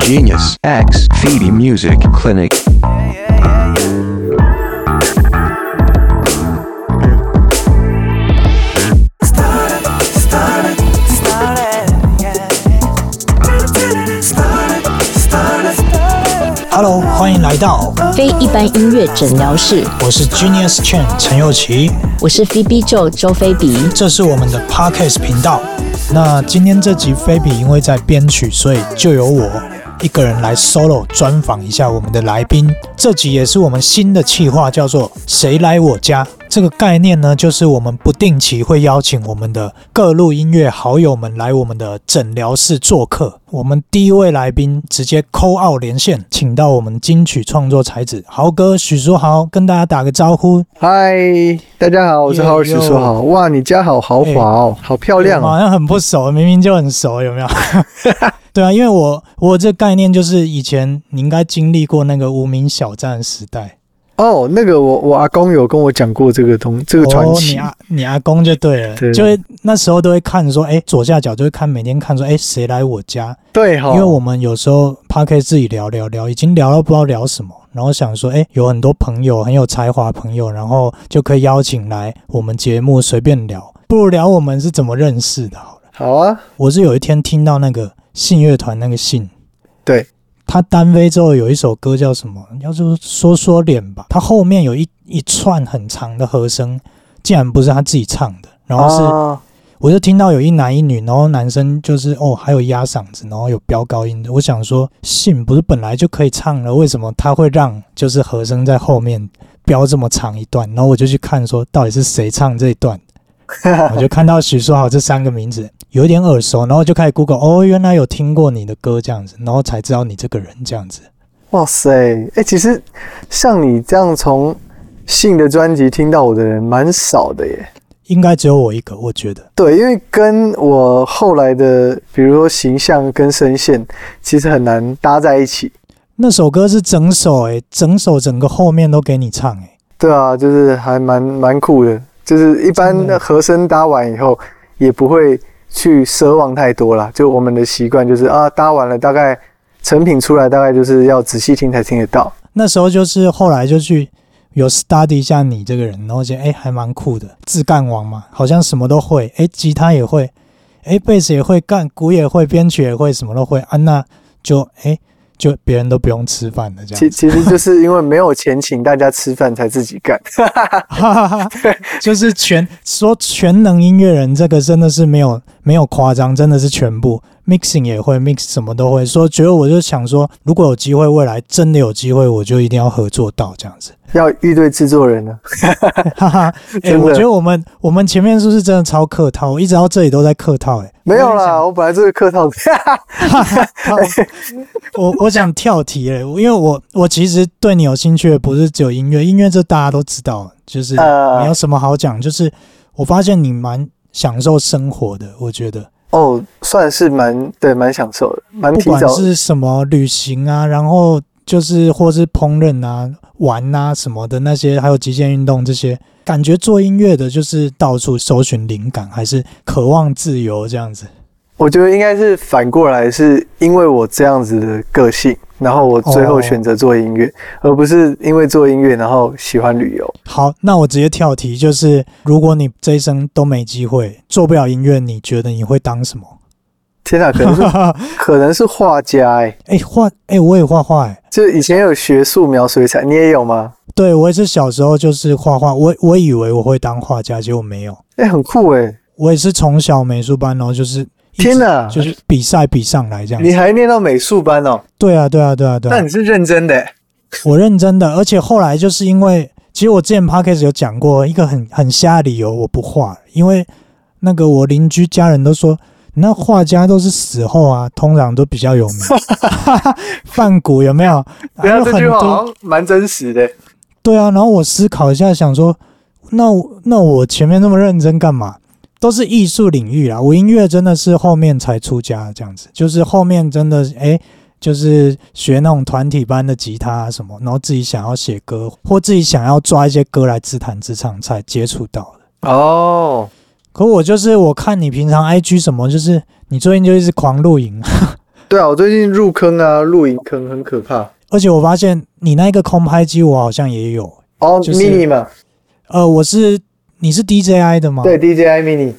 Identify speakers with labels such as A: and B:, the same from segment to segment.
A: Genius X Fidi Music Clinic.
B: Hello，欢迎来到，
C: 非一般音乐诊疗室，
B: 我是 Genius Chen 陈佑琪，
C: 我是 Phoebe Joe 周菲比。
B: 这是我们的 Podcast 频道。那今天这集菲比因为在编曲，所以就由我一个人来 solo 专访一下我们的来宾。这集也是我们新的企划，叫做“谁来我家”。这个概念呢，就是我们不定期会邀请我们的各路音乐好友们来我们的诊疗室做客。我们第一位来宾直接扣奥连线，请到我们金曲创作才子豪哥许书豪，跟大家打个招呼。
D: 嗨，大家好，我是
B: 哟
D: 浩尔史
B: 哟哎
D: 说好。哇，你家好豪华哦，好漂亮
B: 我们
D: 哦。
B: 好像很不熟，明明就很熟，有没 有？对啊，因为我我这概念就是以前你应该经历过那个无名小站时代，
D: 哦，那个我我阿公有跟我讲过这个东这个传
B: 哦、你
D: 奇。
B: 阿你阿公就对了，
D: 对
B: 就会那时候都会看说，哎，左下角就会看每天看说，哎，谁来我家？
D: 对哈，
B: 因为我们有时候 p a r k 自己聊聊聊，已经聊到不知道聊什么，然后想说，哎，有很多朋友很有才华的朋友，然后就可以邀请来我们节目随便聊，不如聊我们是怎么认识的好了。
D: 好啊，
B: 我是有一天听到那个信乐团那个信，
D: 对
B: 他单飞之后有一首歌叫什么？要是说说脸吧，他后面有一一串很长的和声，竟然不是他自己唱的，然后是、
D: 啊
B: 我就听到有一男一女，然后男生就是哦还有压嗓子，然后有飙高音的。我想说信不是本来就可以唱了，为什么他会让就是和声在后面飙这么长一段？然后我就去看说到底是谁唱这一段。我就看到许书豪这三个名字有一点耳熟，然后就开始 Google，哦，原来有听过你的歌这样子，然后才知道你这个人这样子。
D: 哇塞，哎、其实像你这样从信的专辑听到我的人蛮少的耶。
B: 应该只有我一个，我觉得。
D: 对，因为跟我后来的，比如说形象跟声线，其实很难搭在一起。
B: 那首歌是整首诶、整首整个后面都给你唱诶、哎
D: 对啊，就是还蛮蛮酷的，就是一
B: 真
D: 般
B: 的
D: 和声搭完以后，也不会去奢望太多啦。就我们的习惯就是啊，搭完了大概成品出来，大概就是要仔细听才听得到。
B: 那时候就是后来就去有 study 一下你这个人，然后觉得哎、诶还蛮酷的，自干王嘛，好像什么都会，哎、吉他也会，哎、贝斯也会干，鼓也会，编曲也会，什么都会啊，那就哎、诶就别人都不用吃饭了这样子，
D: 其其实就是因为没有钱请大家吃饭，才自己干。
B: 哈哈哈， 就是全说全能音乐人，这个真的是没有没有夸张，真的是全部 mixing 也会 mix 什么都会。说觉得我就想说，如果有机会，未来真的有机会，我就一定要合作到这样子。
D: 要预对制作人呢、
B: 哈 哈，哎、
D: 真的
B: 我觉得我们我们前面是不是真的超客套？我一直到这里都在客套、哎，
D: 没有啦，我本来就是客套的。
B: 好我我想跳题了，因为我我其实对你有兴趣的不是只有音乐，音乐这大家都知道，就是
D: 呃
B: 没有什么好讲。就是我发现你蛮享受生活的，我觉得
D: 哦，算是蛮对，蛮享受的，蛮
B: 不
D: 提
B: 管
D: 早。
B: 是什么旅行啊，然后就是或是烹饪啊、玩啊什么的那些，还有极限运动这些，感觉做音乐的就是到处搜寻灵感，还是渴望自由这样子。
D: 我觉得应该是反过来，是因为我这样子的个性，然后我最后选择做音乐，
B: 哦
D: 而不是因为做音乐然后喜欢旅游。
B: 好，那我直接跳题，就是如果你这一生都没机会做不了音乐，你觉得你会当什么？
D: 天哪，可能是 可能是画家哎、
B: 哎、画，哎、我也画画、哎，
D: 就以前有学素描、水彩，你也有吗？
B: 对我也是小时候就是画画，我我以为我会当画家，结果没有。
D: 哎、很酷哎、
B: 我也是从小美术班，然后就是一直
D: 天哪
B: 就是比赛比上来这样
D: 你
B: 子。
D: 还念到美术班哦？
B: 对啊，对啊，对啊，嗯对
D: 那
B: 啊
D: 你，是认真的、欸？
B: 我认真的，而且后来就是因为，其实我之前 podcast 有讲过一个很很瞎的理由，我不画了，因为那个我邻居家人都说，那画家都是死后啊，通常都比较有名， 范谷有没有？
D: 等一
B: 还有
D: 下啊这
B: 很
D: 句话
B: 多
D: 好像蛮真实的、欸
B: 对啊，然后我思考一下，想说，那我那我前面那么认真干嘛？都是艺术领域啊啦，我音乐真的是后面才出家这样子，就是后面真的哎、诶就是学那种团体班的吉他啊什么，然后自己想要写歌，或自己想要抓一些歌来自弹自唱才接触到的。
D: 哦。
B: 可我就是我看你平常 IG 什么，就是你最近就一直狂露营，
D: 对啊，我最近入坑啊，露营坑很可怕。
B: 而且我发现你那个空拍机我好像也有，
D: 哦、
B: 就是
D: m i n i 嘛，
B: 呃，我是你是 DJI 的吗？
D: 对，，DJI Mini，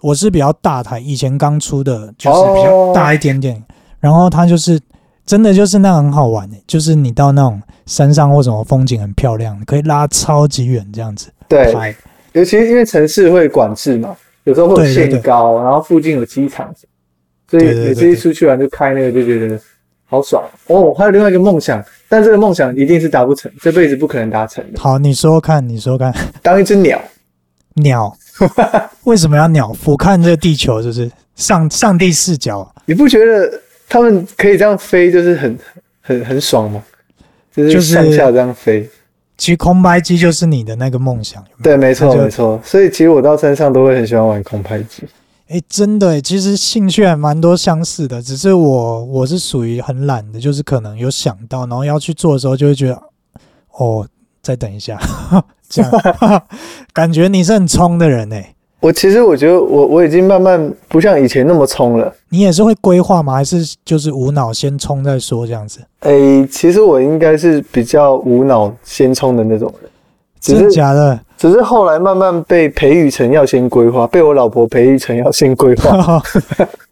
B: 我是比较大台，以前刚出的就是比较大一点点，然后它就是真的就是那很好玩、欸，就是你到那种山上或什么风景很漂亮，可以拉超级远这样子
D: 对，
B: 拍。
D: 尤其因为城市会管制嘛，有时候会有
B: 对对
D: 限高，然后附近有机场，所以
B: 对对对
D: 每次一出去玩就开那个就觉得好爽哦。我还有另外一个梦想，但这个梦想一定是达不成，这辈子不可能达成的。
B: 好，你说看，你说看，
D: 当一只鸟，
B: 鸟为什么要鸟？俯瞰这个地球，就是上上帝视角，
D: 你不觉得他们可以这样飞，就是很很很爽吗？就
B: 就是是
D: 向下这样飞，
B: 其实空白机就是你的那个梦想。有没有
D: 对，没错
B: 那就
D: 没错。所以其实我到山上都会很喜欢玩空拍机。
B: 哎、真的、欸，其实兴趣还蛮多相似的，只是我我是属于很懒的，就是可能有想到，然后要去做的时候，就会觉得，哦，再等一下， 这 样，感觉你是很冲的人哎、
D: 我其实我觉得我我已经慢慢不像以前那么冲了。
B: 你也是会规划吗？还是就是无脑先冲再说这样子？
D: 诶、其实我应该是比较无脑先冲的那种人，只
B: 真的
D: 是
B: 假的？
D: 只是后来慢慢被培育成要先规划，被我老婆培育成要先 规划。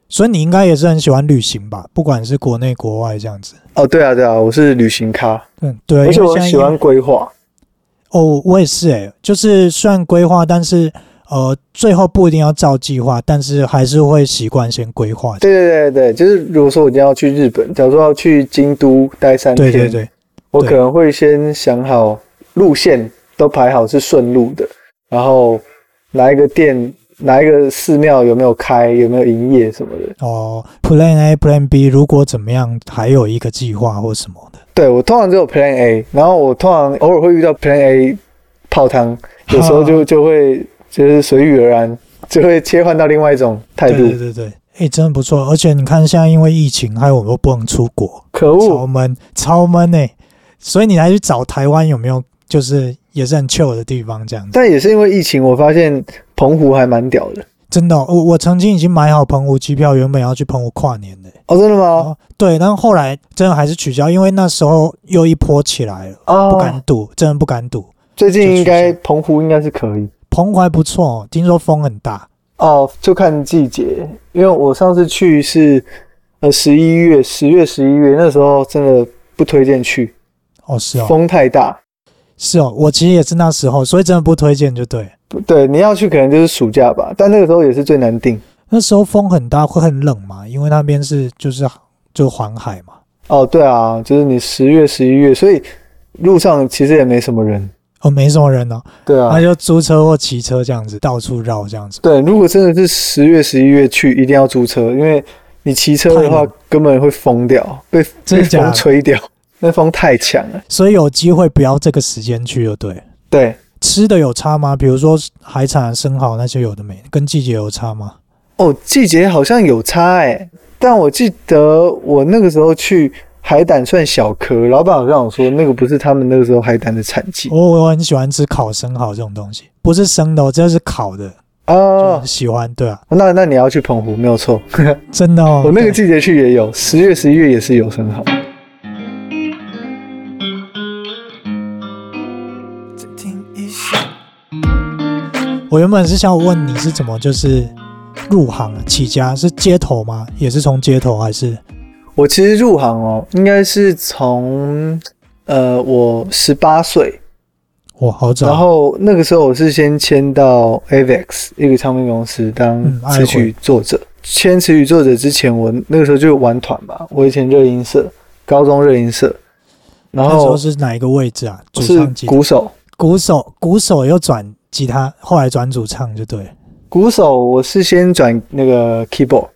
B: 所以你应该也是很喜欢旅行吧？不管是国内国外这样子。
D: 哦，对啊，对啊，我是旅行咖，
B: 嗯，对，
D: 而且
B: 因为
D: 我
B: 现在
D: 喜欢规划。
B: 哦，我也是诶、就是虽然规划，但是呃，最后不一定要照计划，但是还是会习惯先规划。
D: 对对对对，就是如果说我今天要去日本，假如说要去京都待三天，
B: 对对对，
D: 我
B: 对
D: 可能会先想好路线，都排好是顺路的，然后哪一个店、哪一个寺庙有没有开，有没有营业什么的。
B: 哦，Plan A、Plan B，如果怎么样，还有一个计划或什么的。
D: 对我通常只有 Plan A，然后我通常偶尔会遇到 Plan A 泡汤，有时候就就会就是随遇而安，就会切换到另外一种态
B: 对
D: 度。
B: 对对对，哎，真的不错。而且你看，现在因为疫情，还有我们都不能出国，
D: 可
B: 超
D: 恶，
B: 闷，超闷哎、所以你还去找台湾有没有，就是也是很 chill 的地方这样子。
D: 但也是因为疫情，我发现澎湖还蛮屌的。
B: 真的哦、我我曾经已经买好澎湖机票，原本要去澎湖跨年的、
D: 哦，真的吗？
B: 哦，对，但后来真的还是取消，因为那时候又一波起来了，不
D: 哦
B: 敢，赌，真的不敢赌。
D: 最近应该
B: 就取
D: 澎湖应该是可以。
B: 澎湖还不错哦，听说风很大。
D: 哦，就看季节，因为我上次去是呃十一月、十月、十一月，那时候真的不推荐去，
B: 哦，是哦，
D: 风太大。
B: 是哦，我其实也是那时候，所以真的不推荐，就对。
D: 对，你要去可能就是暑假吧，但那个时候也是最难定。
B: 那时候风很大，会很冷嘛，因为那边是就是就环海嘛。
D: 哦，对啊，就是你十月、十一月，所以路上其实也没什么人。
B: 哦，没什么人哦，
D: 对啊
B: 那，就租车或骑车这样子到处绕这样子。
D: 对，如果真的是十月、十一月去，一定要租车，因为你骑车的
B: 太
D: 话
B: 冷
D: 根本会疯掉，被
B: 真
D: 被
B: 的假
D: 风
B: 的
D: 吹掉，那风太强了。
B: 所以有机会不要这个时间去就对。
D: 对，
B: 吃的有差吗？比如说海产、生蚝那些有的没，跟季节有差吗？
D: 哦，季节好像有差哎、但我记得我那个时候去海胆算小颗，老板好像有说那个不是他们那个时候海胆的产季
B: 哦我我很喜欢吃烤生蚝这种东西，不是生的哦，这是烤的，
D: 啊。
B: 就很喜欢，对啊，
D: 那那你要去澎湖没有错，
B: 真的哦。
D: 我那个
B: 对
D: 季节去也有，十月、十一月也是有生蚝。
B: 我原本是想问你是怎么就是入行啊起家是街头吗？也是从街头还是？
D: 我其实入行哦，应该是从呃我十八岁，
B: 哇，好早。
D: 然后那个时候我是先签到 AVEX 一个唱片公司当
B: 嗯爱
D: 词曲作者。签词曲作者之前，我那个时候就玩团吧，我以前热音社，高中热音社，然
B: 那时候
D: 后
B: 是哪一个位置啊？
D: 我
B: 主
D: 是
B: 唱吉
D: 鼓手。
B: 鼓手，鼓手又转吉他，后来转主唱就对了。
D: 鼓手我是先转那个 keyboard，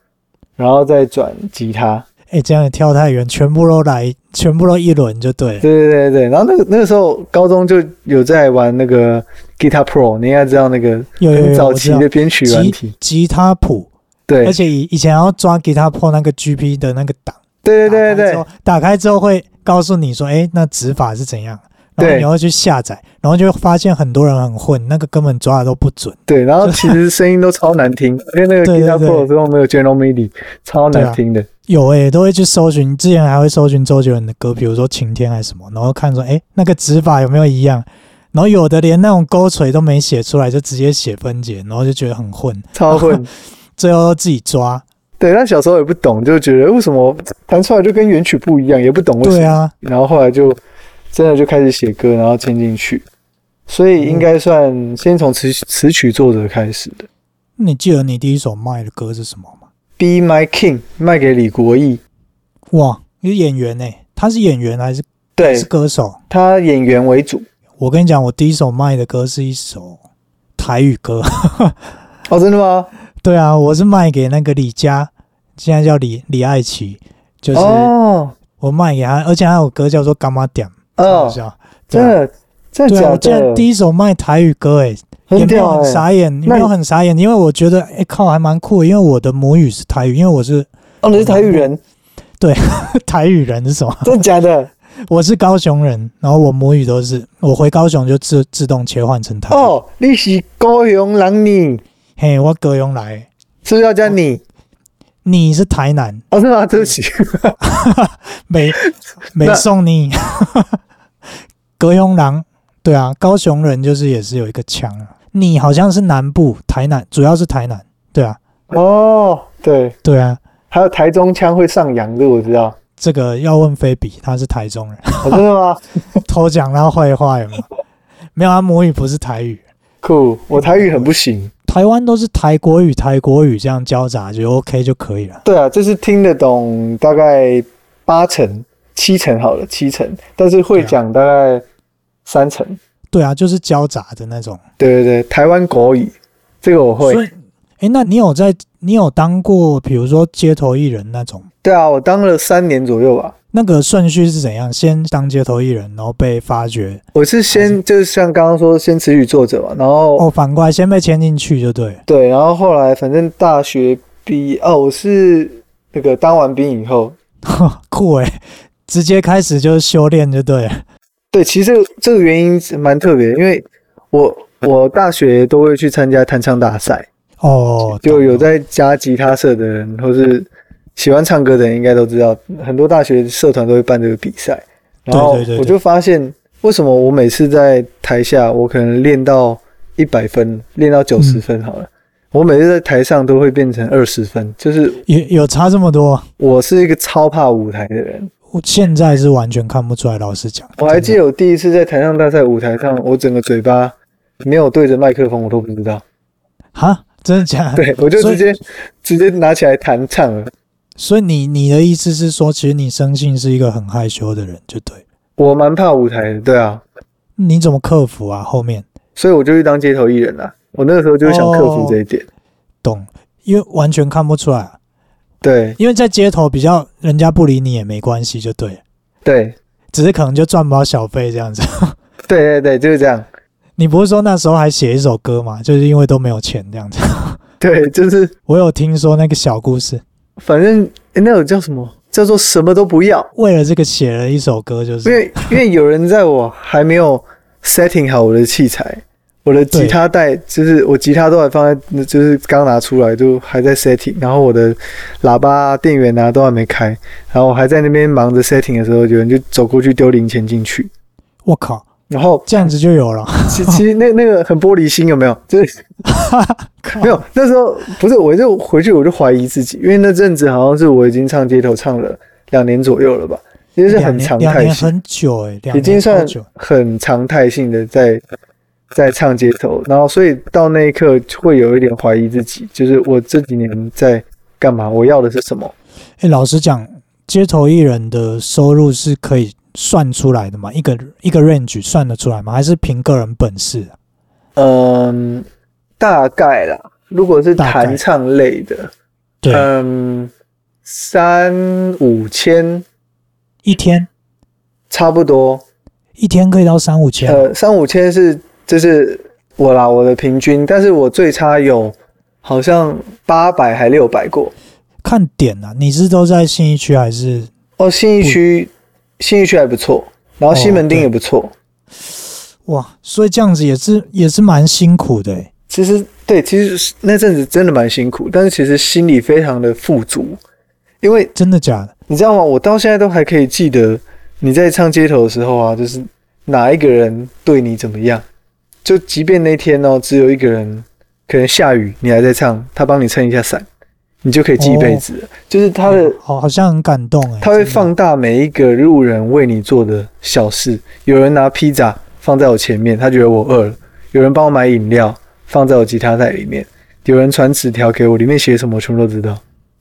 D: 然后再转吉他。
B: 哎，这样也跳太远，全部都来，全部都一轮就对了。
D: 对对对对，然后那个那个时候高中就有在玩那个 Guitar Pro，你应该知道那个
B: 有有
D: 很
B: 有，
D: 早
B: 我
D: 期
B: 知道
D: 的。编曲软体
B: 吉。吉他谱，
D: 对
B: 而且以以前要抓吉他破那个 GP 的那个档。
D: 对
B: 打开
D: 对对
B: 之
D: 对
B: 后，打开之后会告诉你说，哎，那指法是怎样，然后
D: 对
B: 你要去下载，然后就会发现很多人很混，那个根本抓的都不准。
D: 对，然后其实声音都超难听，因为那个
B: 对对
D: Guitar
B: 对啊
D: Pro 是用那个 General MIDI，超难听的。
B: 有诶、都会去搜寻，之前还会搜寻周杰伦的歌，比如说《晴天》还是什么，然后看说，诶、那个指法有没有一样？然后有的连那种勾锤都没写出来，就直接写分解，然后就觉得很混，
D: 超混。
B: 最后都自己抓。
D: 对，但小时候也不懂，就觉得为什么弹出来就跟原曲不一样，也不懂为什么。
B: 对啊，
D: 然后后来就真的就开始写歌，然后签进去，所以
B: 嗯
D: 应该算先从词词曲作者开始的。
B: 你记得你第一首卖的歌是什么吗？
D: Be My King 卖给李国毅，
B: 哇，你是演员诶、欸他是演员还是
D: 对
B: 是歌手？
D: 他演员为主。
B: 我跟你讲，我第一首卖的歌是一首台语歌。
D: 哦，真的吗？
B: 对啊，我是卖给那个李佳，现在叫李李爱琪，就是
D: 哦，
B: 我卖给他，而且他有歌叫做《干妈点》，超好
D: 哦，
B: 笑。对
D: 真
B: 啊，
D: 的，真的
B: 对啊，我
D: 假
B: 竟然
D: 的？
B: 第一首卖台语歌、欸，也
D: 很
B: 没有
D: 屌
B: 很
D: 哎！
B: 傻眼，也没
D: 那你
B: 有很傻眼，因为我觉得，哎、靠，还蛮酷的，因为我的母语是台语，因为我是
D: 哦，你是台语人，
B: 台语人是什么？
D: 真的假的？
B: 我是高雄人，然后我母语都是，我回高雄就自自动切换成台语。
D: 哦，你是高雄人你，
B: 嘿，我高雄来的，
D: 是不是要加你？
B: 你是台南，
D: 哦，是吗？对不起，
B: 美美送你， 高雄人，对啊，高雄人就是也是有一个腔啊。你好像是南部台南，主要是台南，对啊，
D: 哦，对，
B: 对啊，
D: 还有台中腔会上扬，这我知道。
B: 这个要问菲比，他是台中人，
D: 哦，真的吗？
B: 偷讲他坏话有没有？没有，他母语不是台语，
D: 酷，我台语很不行。
B: 台湾都是台国语、台国语这样交杂就 OK 就可以了。
D: 对啊，就是听得懂大概八成、七成好了，七成，但是会讲大概三成。
B: 对啊，就是交杂的那种。
D: 对对对，台湾国语这个我
B: 所
D: 会。
B: 以，哎，那你有在你有当过，比如说街头艺人那种，
D: 对啊，我当了三年左右吧。
B: 那个顺序是怎样？先当街头艺人，然后被发掘，
D: 我是先就是像刚刚说，先词语作者嘛，然后、
B: 哦，反过来先被签进去就对。
D: 对，然后后来反正大学毕业哦，我是那个当完兵以后，
B: 酷诶、直接开始就是修炼就对了。
D: 对，其实这个这个原因是蛮特别的，因为我我大学都会去参加弹唱大赛，
B: 哦，
D: 就有在加吉他社的人，或是喜欢唱歌的人，应该都知道，很多大学社团都会办这个比赛。然后
B: 对对对对
D: 我就发现，为什么我每次在台下，我可能练到一百分，练到九十
B: 嗯
D: 分好了，我每次在台上都会变成二十分，就是
B: 有有差这么多，
D: 我是一个超怕舞台的人。
B: 我现在是完全看不出来。老实讲，
D: 我还记
B: 真的
D: 得我第一次在台上大赛舞台上，我整个嘴巴没有对着麦克风，我都不知道。
B: 哈，真的假的？
D: 对，我就
B: 所
D: 直
B: 以
D: 接直接拿起来弹唱了。
B: 所以你你的意思是说，其实你生性是一个很害羞的人，就对。
D: 我蛮怕舞台的，对啊，
B: 你怎么克服啊？后面
D: 所以我就去当街头艺人啦。啊我那个时候就想克服这一
B: 哦
D: 点。
B: 懂，因为完全看不出来啊，
D: 对
B: 因为在街头比较人家不理你也没关系，就对了，
D: 对
B: 只是可能就赚不到小费这样子。
D: 对对对，就是这样。
B: 你不是说那时候还写一首歌吗？就是因为都没有钱这样子。
D: 对，就是
B: 我有听说那个小故事，
D: 反正、诶那个叫什么，叫做什么都不要，
B: 为了这个写了一首歌，就
D: 因
B: 是
D: 为因为有人在我还没有 setting 好我的器材，我的吉他带就是我吉他都还放在，就是刚拿出来就还在 setting，然后我的喇叭、电源啊都还没开，然后我还在那边忙着 setting 的时候，有人就走过去丢零钱进去，
B: 我靠，
D: 然后
B: 这样子就有了。
D: 其其实那那个很玻璃心，有没 有？就是没有。那时候不是，我就回去我就怀疑自己，因为那阵子好像是我已经唱街头唱了两年左右了吧，就是
B: 两
D: 很
B: 年
D: 常
B: 两
D: 态
B: 年
D: 性，
B: 很久诶、两
D: 已
B: 年
D: 经
B: 好
D: 算
B: 久
D: 很常态性的在在唱街头，然后所以到那一刻会有一点怀疑自己，就是我这几年在干嘛？我要的是什么？
B: 哎、老实讲，街头艺人的收入是可以算出来的吗？一个一个 range 算得出来吗？还是凭个人本事、啊？
D: 嗯，大概啦。如果是
B: 大概
D: 弹唱类的，
B: 对，
D: 嗯，三五千
B: 一天
D: 差不多，
B: 一天可以到三五千、啊
D: 呃，三五千是就是我啦，我的平均，但是我最差有好像八百还六百过。
B: 看点啊。你是都在信义区还是？
D: 哦，信义区，信义区还不错，然后西门町也不错。
B: 哇，所以这样子也是也是蛮辛苦的、欸。
D: 其实对，其实那阵子真的蛮辛苦，但是其实心里非常的富足，因为
B: 真的假的？
D: 你知道吗？我到现在都还可以记得你在唱街头的时候啊，就是哪一个人对你怎么样。就即便那天哦，只有一个人，可能下雨，你还在唱，他帮你撑一下伞，你就可以记一辈子了。就是他的，
B: 好，好像很感动哎。
D: 他会
B: 真的
D: 放大每一个路人为你做的小事。有人拿披萨放在我前面，他觉得我饿了；有人帮我买饮料放在我吉他袋里面；有人传纸条给我，里面写什么我全部都知道，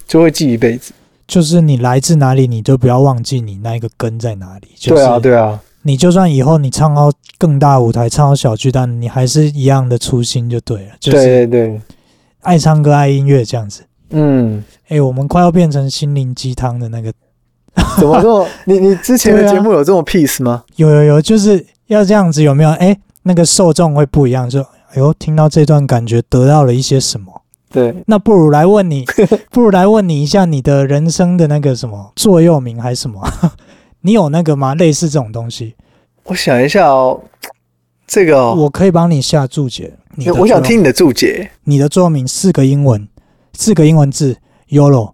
D: 就会记一辈子。
B: 就是你来自哪里，你就不要忘记你那一个根在哪里。就是、
D: 对啊，对啊。
B: 你就算以后你唱到更大舞台，唱到小巨蛋，你还是一样的初心就对了，就是
D: 对对对，
B: 爱唱歌、爱音乐这样子。
D: 嗯，
B: 哎、我们快要变成心灵鸡汤的那个，
D: 怎么这 么？你你之前的
B: 对啊
D: 节目有这么 peace 吗？
B: 有有有，就是要这样子，有没有？哎、那个受众会不一样，就哎呦，听到这段感觉得到了一些什么。
D: 对，
B: 那不如来问 你，不如来问你一下你的人生的那个什么座右铭还是什么？ 你有那个吗？类似这种东西，
D: 我想一下哦，这个哦，
B: 我可以帮你下注解。你的
D: 我
B: 座
D: 想
B: 右铭
D: 听你的注解。
B: 你的座右铭四个英文，四个英文字 YOLO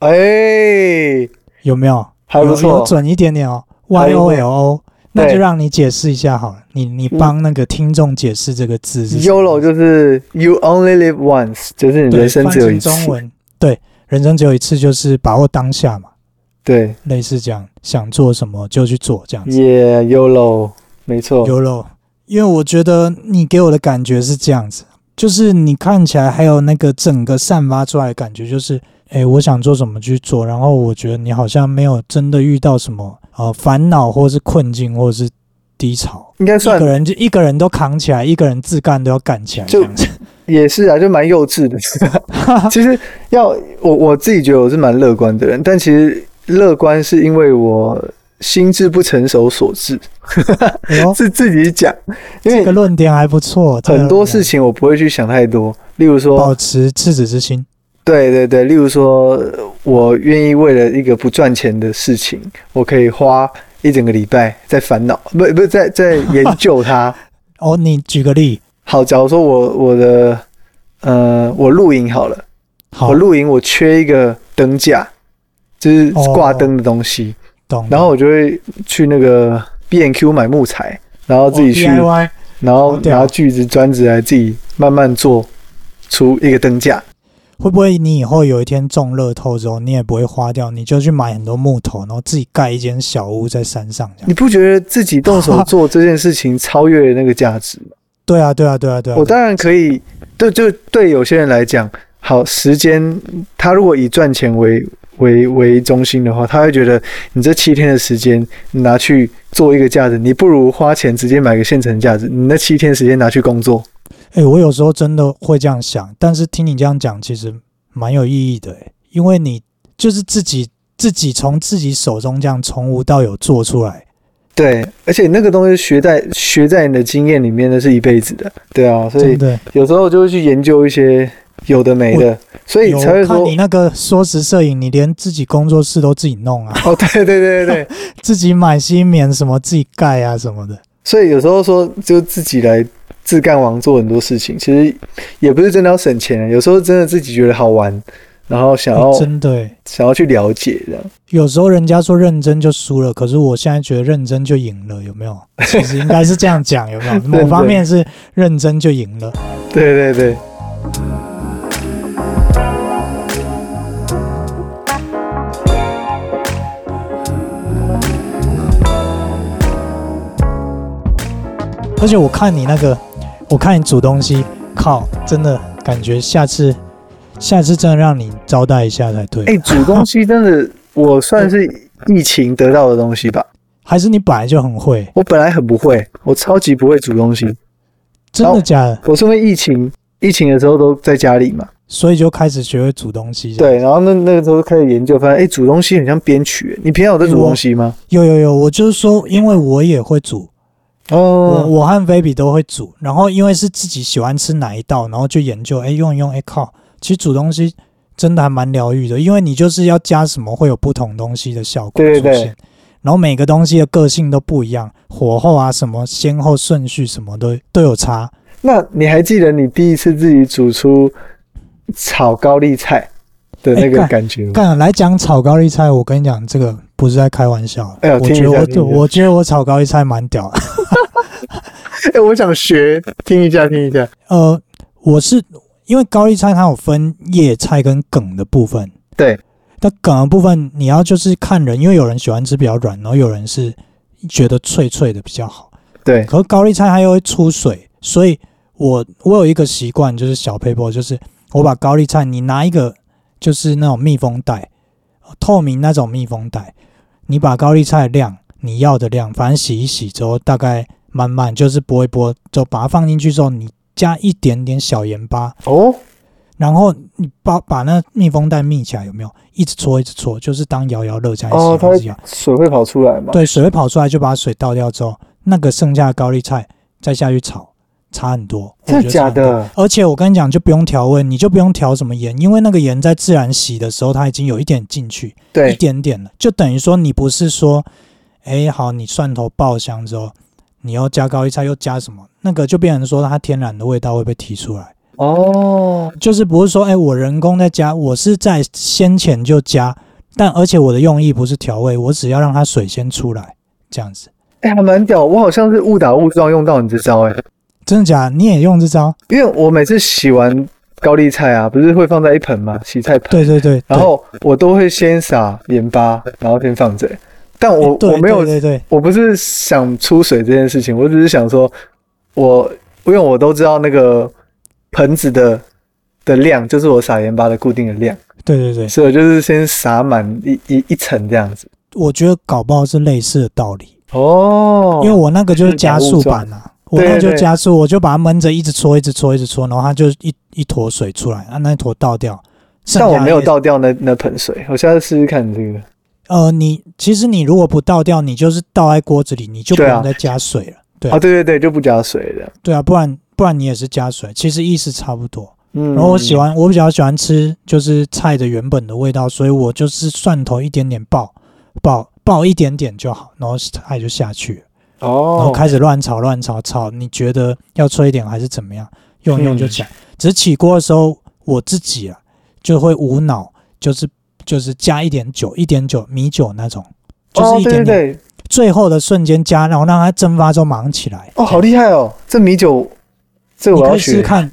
D: 哎、
B: 有没有？
D: 还不错
B: 有有准一点点哦
D: 还
B: ，Y
D: 不
B: O
D: 错
B: L O。那
D: 对
B: 就让你解释一下好了，你你帮那个听众解释这个字是什
D: y
B: 么
D: o l o 就是 You only live once，就是你
B: 对
D: 人生只有一
B: 翻成中
D: 次。
B: 文对，人生只有一次，就是把握当下嘛，
D: 对
B: 类似这样，想做什么就去做这样子。
D: ，Yeah y o l o 没错。
B: YOLO，因为我觉得你给我的感觉是这样子，就是你看起来还有那个整个散发出来的感觉，就是诶，我想做什么去做，然后我觉得你好像没有真的遇到什么呃烦恼或是困境或者是低潮，
D: 应该
B: 一
D: 算
B: 个人就一个人都扛起来，一个人自干都要干起来，
D: 就
B: 这样 子。
D: 也是啊，就蛮幼稚 的。其实要我我自己觉得我是蛮乐观的人，但其实乐观是因为我心智不成熟所致，
B: 哎呦，
D: 是自己讲，因
B: 这个
D: 为
B: 论点还不错，这个
D: 很多
B: 论点
D: 事情我不会去想太多。例如说，
B: 保持赤子之心，
D: 对对对，例如说，呃我愿意为了一个不赚钱的事情，我可以花一整个礼拜在烦恼，不不是在在研究它。
B: 哦，你举个例，
D: 好，假如说我我的呃，我露营好了，
B: 好
D: 我，露营我缺一个灯架，就是
B: 哦
D: 挂灯的东西，
B: 懂。
D: 然后我就会去那个 B N Q 买木材，然后自己
B: 哦
D: 去，
B: 啊 DIY，
D: 然后
B: 好屌
D: 拿锯子、砖子来自己慢慢做出一个灯架。
B: 会不会你以后有一天中乐透之后，你也不会花掉，你就去买很多木头，然后自己盖一间小屋在山上这样？
D: 你不觉得自己 动手做这件事情超越那个价值吗？
B: 对啊，对啊，对啊，对啊。
D: 我当然可以，对，就对有些人来讲，好时间，他如果以赚钱为为为中心的话，他会觉得你这七天的时间你拿去做一个架子，你不如花钱直接买个现成架子，你那七天时间拿去工作。
B: 哎、我有时候真的会这样想，但是听你这样讲，其实蛮有意义的、欸，因为你就是自己自己从自己手中这样从无到有做出来，
D: 对，而且那个东西学在学在你的经验里面，那是一辈子的。对啊，所
B: 真
D: 以
B: 的。
D: 有时候就会去研究一些有的没的，所以
B: 有
D: 才会
B: 看
D: 说
B: 你那个缩时摄影，你连自己工作室都自己弄啊，
D: 哦，对对对对对，
B: 自己买新棉什么，自己盖啊什么的。
D: 所以有时候说，就自己来自干王做很多事情，其实也不是真的要省钱，啊有时候真的自己觉得好玩，然后想要、
B: 欸真的、欸，
D: 想要去了解这样。
B: 有时候人家说认真就输了，可是我现在觉得认真就赢了，有没有？其实应该是这样讲，有没有？某方面是认真就赢了。
D: 对对对，
B: 而且我看你那个，我看你煮东西，靠，真的感觉下次，下次真的让你招待一下才对。
D: 哎、煮东西真的，我算是疫情得到的东西吧。
B: 还是你本来就很会，
D: 我本来很不会，我超级不会煮东西，
B: 真的假的？
D: 我是因为疫情。疫情的时候都在家里嘛，
B: 所以就开始学会煮东西。，
D: 对，然后那那个时候开始研究，发现哎、诶煮东西很像编曲。你平常有在煮东西吗？
B: 有有有，我就是说，因为我也会煮，我
D: 哦，
B: 我和 baby 都会煮，然后因为是自己喜欢吃哪一道，然后就研究，哎，用一用，哎靠，其实煮东西真的还蛮疗愈的，因为你就是要加什么会有不同东西的效果出现，
D: 对对对
B: 然后每个东西的个性都不一样，火候啊，什么先后顺序什么都都有差。
D: 那你还记得你第一次自己煮出炒高丽菜的那
B: 哎
D: 个
B: 干
D: 感觉吗？
B: 干来讲炒高丽菜，我跟你讲，这个不是在开玩笑。
D: 哎呦
B: 我
D: 听一
B: 觉得
D: 下
B: 我
D: 听一下
B: 我觉得我炒高丽菜蛮屌的。
D: 哎、我想学，听一下，听一下。
B: 呃，我是因为高丽菜它有分叶菜跟梗的部分。
D: 对。
B: 那梗的部分你要就是看人，因为有人喜欢吃比较软，然后有人是觉得脆脆的比较好。
D: 对，
B: 可是高丽菜它又会出水，所以我我有一个习惯，就是小 paper，就是我把高丽菜，你拿一个就是那种密封袋，透明那种密封袋，你把高丽菜量你要的量，反正洗一洗之后，大概慢慢就是剥一剥，就把它放进去之后，你加一点点小盐巴，
D: 哦，
B: 然后你把把那密封袋密起来，有没有？一直搓一直搓，就是当摇摇乐这样一，
D: 哦
B: 直
D: 它
B: 摇哎
D: 会
B: 一直摇。
D: 水会跑出来嘛？
B: 对，水会跑出来，就把水倒掉之后，那个剩下的高丽菜再下去炒，差很多。我觉
D: 真的
B: 得
D: 假
B: 差很多？
D: 的？
B: 而且我跟你讲，就不用调味，你就不用调什么盐，因为那个盐在自然洗的时候，它已经有一点进去，一
D: 对，
B: 点点了，就等于说你不是说，哎，好，你蒜头爆香之后，你又加高丽菜，又加什么，那个就变成说它天然的味道会被提出来。
D: 哦，
B: 就是不是说，哎、我人工在加，我是在先前就加，但而且我的用意不是调味，我只要让它水先出来，这样子。
D: 哎、还蛮屌。我好像是误打误撞用到你这招、哎，
B: 真的假的？你也用这招？
D: 因为我每次洗完高丽菜啊，不是会放在一盆嘛，洗菜盆。
B: 对对对。
D: 然后我都会先撒盐巴，然后先放着。但我
B: 哎对
D: 我没有，
B: 对对对
D: 我不是想出水这件事情，我只是想说，我因为我都知道那个盆子的的量，就是我撒盐巴的固定的量，
B: 对对对，
D: 所以我就是先撒满一一一层这样子。
B: 我觉得搞不好是类似的道理，
D: 哦，
B: 因为我那个就是加速版啊，我那个就
D: 对对
B: 加速，我就把它闷着，一直搓，一直搓，一直搓，然后它就一一坨水出来，啊，那一坨倒掉。剩下
D: 但我
B: 的
D: 没有
B: 也是
D: 倒掉那那盆水，我下次试试看这个。
B: 呃，你其实你如果不倒掉，你就是倒在锅子里，你就不
D: 对啊
B: 用再加水了。对
D: 啊，对对对，就不加水了。
B: 对啊，不然不然你也是加水，其实意思差不多。
D: 嗯，
B: 然后我喜欢，我比较喜欢吃就是菜的原本的味道，所以我就是蒜头一点点爆，爆爆一点点就好，然后菜就下去了，然后
D: 哦，
B: 开始乱炒乱炒炒，你觉得要脆一点还是怎么样？用一用就
D: 嗯
B: 起来。只是起锅的时候，我自己啊就会无脑，就是就是加一点酒，一点酒米酒那种，就是
D: 哦
B: 一，
D: 对
B: 点
D: 对
B: 点，
D: 对，
B: 最后的瞬间加，然后让它蒸发之后忙起来。
D: 哦，好厉害哦，这米酒，这个
B: 你
D: 我
B: 可
D: 要
B: 以试
D: 学
B: 试。看，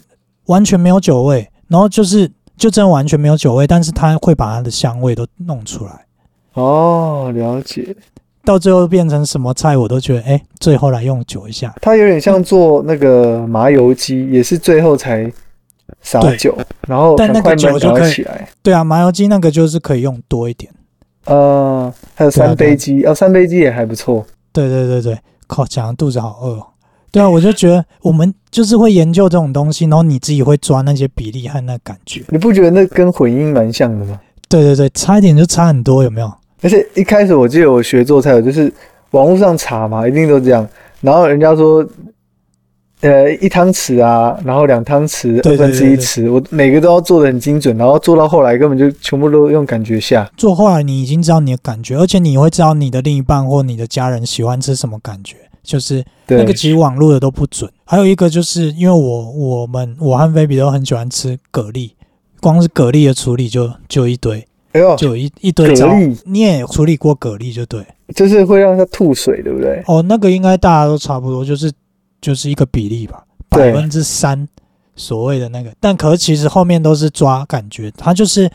B: 完全没有酒味，然后就是就真的完全没有酒味，但是它会把它的香味都弄出来，
D: 哦，了解。
B: 到最后变成什么菜我都觉得，哎、最后来用酒一下，
D: 它有点像做那个麻油鸡，也是最后才撒
B: 对
D: 酒，然后
B: 但
D: 很
B: 那个
D: 快
B: 酒
D: 焖
B: 就
D: 然
B: 可
D: 后
B: 以
D: 起来。
B: 对啊，麻油鸡那个就是可以用多一点，
D: 呃，还有
B: 对啊
D: 三
B: 对啊
D: 杯鸡，哦，三杯鸡也还不错。
B: 对对对对，靠，讲的肚子好饿、哦。对啊，我就觉得我们就是会研究这种东西，然后你自己会抓那些比例和那感觉。
D: 你不觉得那跟混音蛮像的吗？
B: 对对对，差一点就差很多，有没有？
D: 而且一开始我记得我学做菜，我就是网络上查嘛，一定都这样。然后人家说，呃，一汤匙啊，然后两汤
B: 对
D: 匙，
B: 对
D: 二分之一
B: 对对
D: 匙，我每个都要做的很精准，然后做到后来根本就全部都用感觉下。
B: 做后来你已经知道你的感觉，而且你会知道你的另一半或你的家人喜欢吃什么感觉，就是
D: 对，
B: 那个其实网络的都不准。还有一个就是因为我我们我和菲比都很喜欢吃蛤蜊，光是蛤蜊的处理就就一堆，
D: 哎呦，
B: 就有一一堆招
D: 蛤蜊。
B: 你也处理过蛤蜊就对
D: 就是会让它吐水，对不对？
B: 哦，那个应该大家都差不多，就是就是一个比例吧，百
D: 对
B: 分之三所谓的那个。但可是其实后面都是抓感觉，它就是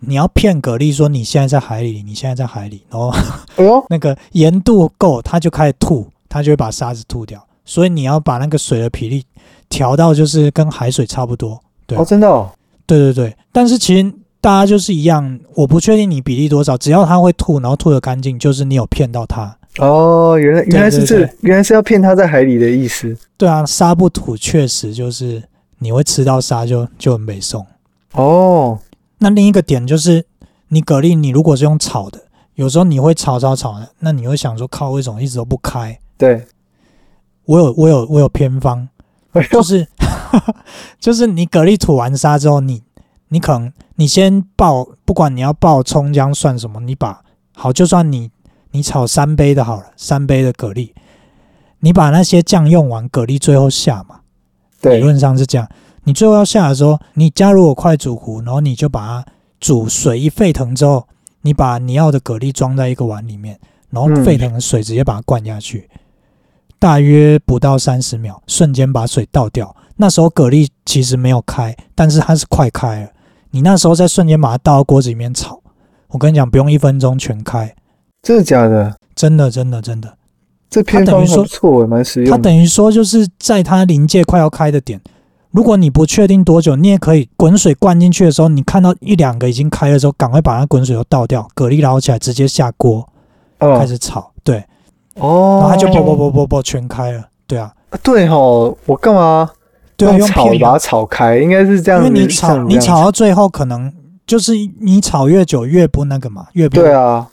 B: 你要骗蛤蜊说你现在在海里，你现在在海里，然后
D: 哎呦，
B: 那个盐度够，它就开始吐，它就会把沙子吐掉。所以你要把那个水的比例调到就是跟海水差不多。对
D: 哦，真的哦，
B: 对对对，但是其实大家就是一样，我不确定你比例多少，只要它会吐，然后吐的干净，就是你有骗到它。
D: 哦，原来原来是这
B: 对对
D: 原来是要骗他在海里的意思。
B: 对啊，沙不吐确实就是你会吃到沙就就很美送。
D: 哦，
B: 那另一个点就是，你蛤蜊你如果是用炒的，有时候你会炒炒炒的，那你会想说靠，为什么一直都不开？
D: 对，
B: 我有我有我有偏方，
D: 哎呦
B: 就是 就是你蛤蜊吐完沙之后，你你可能你先爆，不管你要爆葱姜蒜什么，你把好，就算你你炒三杯的好了，三杯的蛤蜊，你把那些酱用完，蛤蜊最后下嘛，理
D: 对，
B: 论上是这样。你最后要下的时候，你加入我快煮壶，然后你就把它煮水一沸腾之后，你把你要的蛤蜊装在一个碗里面，然后
D: 嗯
B: 沸腾的水直接把它灌下去，大约不到三十秒，瞬间把水倒掉。那时候蛤蜊其实没有开，但是它是快开了。你那时候再瞬间把它倒到锅子里面炒，我跟你讲，不用一分钟全开，
D: 真的假的？
B: 真的真的真的。
D: 这偏方
B: 它等
D: 还不
B: 于说
D: 错，蛮实
B: 它
D: 用的。
B: 等于说就是在它临界快要开的点，如果你不确定多久，你也可以滚水灌进去的时候，你看到一两个已经开的时候，赶快把它滚水都倒掉，蛤蜊捞起来直接下锅开
D: 哦
B: 始炒，对，然
D: 哦，
B: 后它就啵啵啵啵啵全开了，对啊，
D: 啊对吼，我干嘛
B: 对啊，
D: 用
B: 用
D: 炒
B: 片
D: 把它
B: 油，
D: 炒开？应该是这样
B: 因
D: 子，
B: 为你
D: 像
B: 炒
D: 这
B: 你
D: 样
B: 炒到最后可能就是你炒越久越不那个嘛，越不
D: 对啊，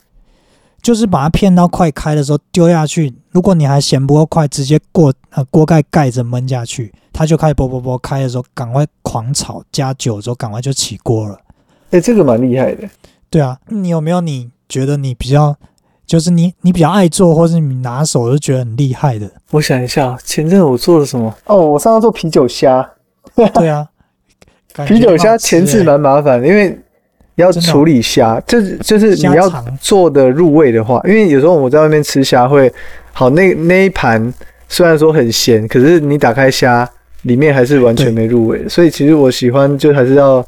B: 就是把它片到快开的时候丢下去，如果你还嫌不够快，直接过呃锅盖盖着焖下去，它就开始啵啵啵开的时候，赶快狂炒，加酒之后赶快就起锅了。
D: 哎，这个蛮厉害的。
B: 对啊，你有没有你觉得你比较，就是你你比较爱做，或是你拿手就觉得很厉害的？
D: 我想一下，前阵我做了什么？哦，我上次做啤酒虾，
B: 对啊，感觉
D: 啤酒
B: 很好
D: 虾
B: 吃
D: 前置
B: 欸
D: 蛮麻烦的，因为要
B: 真的哦
D: 处理虾，就是就是你要
B: 虾肠
D: 做的入味的话，因为有时候我在外面吃虾会，好那那一盘虽然说很咸，可是你打开虾里面还是完全
B: 对
D: 没入味的，所以其实我喜欢就还是要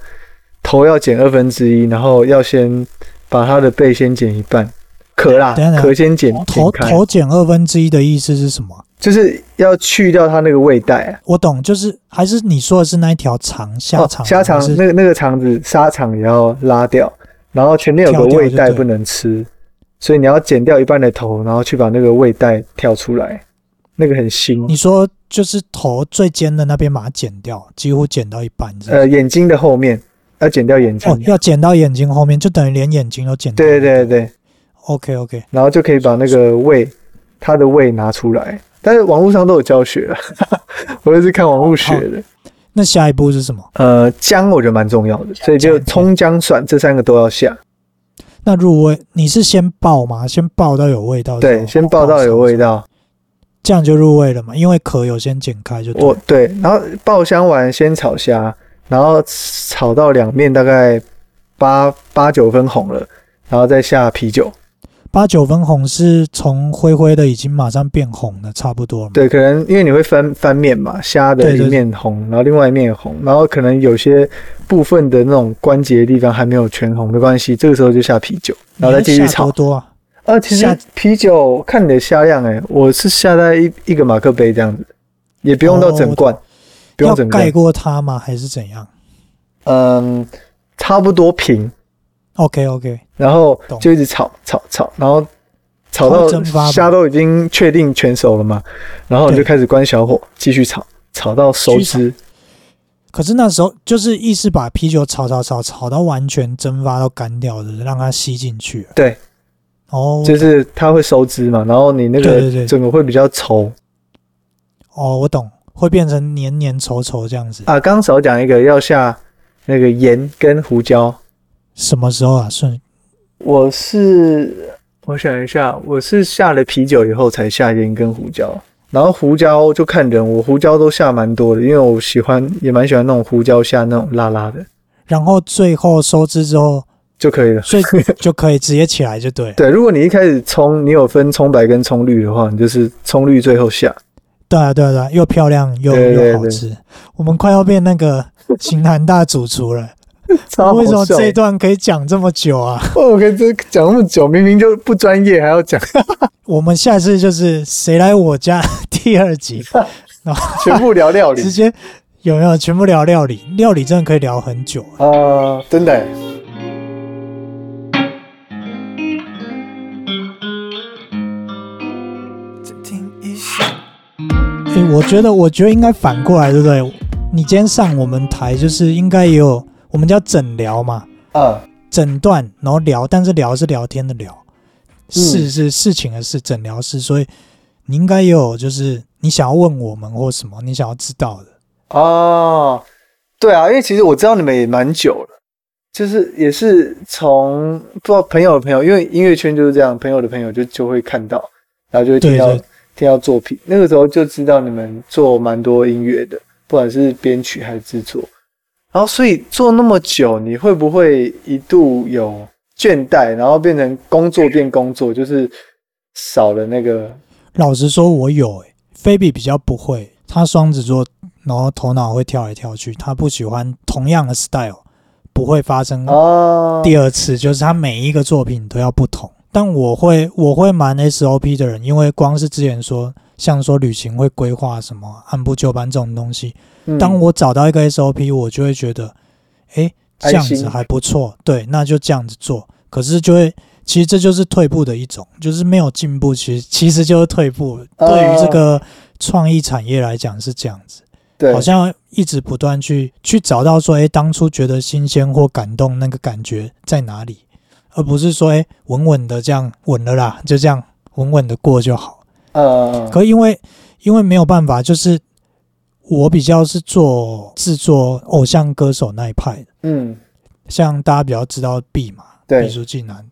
D: 头要剪二分之一，然后要先把它的背先剪一半，壳啦
B: 等一下等一下
D: 壳先剪剪
B: 头
D: 开，
B: 头减二分之一的意思是什么？
D: 就是要去掉它那个味带啊。
B: 我懂，就是还是你说的是那一条肠虾肠
D: 哦、虾肠
B: 还是
D: 那个那个肠子沙肠也要拉掉，然后前面有个
B: 挑掉
D: 胃
B: 就
D: 袋
B: 对
D: 不能吃，所以你要剪掉一半的头，然后去把那个胃袋挑出来，那个很腥。
B: 你说就是头最尖的那边把它剪掉，几乎剪到一半，是不是
D: 呃，眼睛的后面要剪掉眼睛，
B: 哦，要剪到眼睛后面，就等于连眼睛都剪掉。
D: 对对对对，
B: ，OK OK，
D: 然后就可以把那个胃它的胃拿出来。但是网络上都有教学，啊 我也是看网络学
B: 哦
D: 的。
B: 那下一步是什么？
D: 呃，姜我觉得蛮重要的，所以就
B: 姜
D: 葱、姜、蒜这三个都要下。
B: 那入味，你是先爆吗？先爆到有味道之后，
D: 对，先爆到
B: 哦
D: 有味道。
B: 这样就入味了嘛？因为壳有先剪开就对
D: 我
B: 了。
D: 对，然后爆香完先炒虾，然后炒到两面大概八八九分红了，然后再下啤酒。
B: 嗯八九分红是从灰灰的已经马上变红了，差不多了嘛。
D: 对，可能因为你会翻翻面嘛，虾的
B: 对
D: 一
B: 对
D: 面红，然后另外一面也红，然后可能有些部分的那种关节的地方还没有全红，没关系，这个时候就下啤酒，然后再继续
B: 你要下
D: 炒
B: 多。多啊？
D: 啊，其实
B: 下
D: 啤酒看你的虾量哎、我是下在一一个马克杯这样子，也不用到整
B: 哦
D: 罐，不用
B: 要
D: 整
B: 盖
D: 罐，
B: 过它吗？还是怎样
D: 嗯，差不多平。
B: ？OK OK，
D: 然后
B: 懂
D: 就一直炒炒炒，然后炒
B: 炒蒸发
D: 到
B: 吧
D: 虾都已经确定全熟了嘛，然后你就
B: 对
D: 开始关小火继续炒，炒到熟
B: 继续
D: 汁。
B: 可是那时候就是意思把啤酒炒炒炒炒到完全蒸发到干掉的，让它吸进去了。
D: 对，
B: 哦，
D: 就是它会收汁嘛，然后你那
B: 对对
D: 个
B: 对
D: 整个会比较稠
B: 哦，我懂，会变成黏黏稠稠这样子。
D: 啊。刚刚少讲一个要下那个盐跟胡椒，
B: 什么时候啊？顺
D: 我是我想一下，我是下了啤酒以后才下盐跟胡椒，然后胡椒就看人，我胡椒都下蛮多的，因为我喜欢也蛮喜欢那种胡椒下那种辣辣的
B: 然后最后收汁之后，
D: 就可以了。
B: 所以就可以直接起来就对了。
D: 对，如果你一开始冲，你有分冲白跟冲绿的话，你就是冲绿最后下。
B: 对啊，对啊，对啊，又漂亮又
D: 对对
B: 又好吃。我们快要变那个型男大主厨了。
D: 超
B: 为什么
D: 好笑欸
B: 这一段可以讲这么久啊？
D: 哦，我跟这讲那么久，明明就不专业，还要讲，
B: 我们下次就是谁来我家 第二集，
D: 全部 聊料理
B: 直接有没有全部聊料理？料理真的可以聊很久啊。
D: 啊、真的耶。
B: 诶，我觉得，我觉得应该反过来，对不对？你今天上我们台，就是应该也有我们叫诊疗嘛，
D: 啊，
B: 诊断，然后聊，但是聊是聊天的聊，
D: 嗯
B: 事是事情的事，诊疗是，所以你应该也有就是你想要问我们或什么，你想要知道的。
D: 哦，对啊，因为其实我知道你们也蛮久了，就是也是从不知道朋友的朋友，因为音乐圈就是这样，朋友的朋友就就会看到，然后就会听
B: 对
D: 到
B: 对
D: 听到作品，那个时候就知道你们做蛮多音乐的，不管是编曲还是制作。然然后所以做那么久，你会不会一度有倦怠，然后变成工作变工作，就是少了那个
B: 老实说，我有诶、菲比比较不会，他双子座，然后头脑会跳来跳去，他不喜欢同样的 style，不会发生
D: 哦？
B: 第二次，就是他每一个作品都要不同。但我会我会蛮 SOP 的人，因为光是之前说，像说旅行会规划什么按部就班这种东西，
D: 嗯
B: 当我找到一个 SOP，我就会觉得，诶，这样子还不错，对，那就这样子做。可是就会，其实这就是退步的一种，就是没有进步，其实其实就是退步。
D: 哦
B: 对于这个创意产业来讲是这样子，
D: 对
B: 好像一直不断去去找到说，诶，当初觉得新鲜或感动那个感觉在哪里，而不是说，诶，稳稳的这样稳了啦，就这样稳稳的过就好。
D: 呃
B: 可因为因为没有办法，就是我比较是做制作偶像歌手那一派的，
D: 嗯
B: 像大家比较知道 B 嘛，毕
D: 对
B: 书尽男，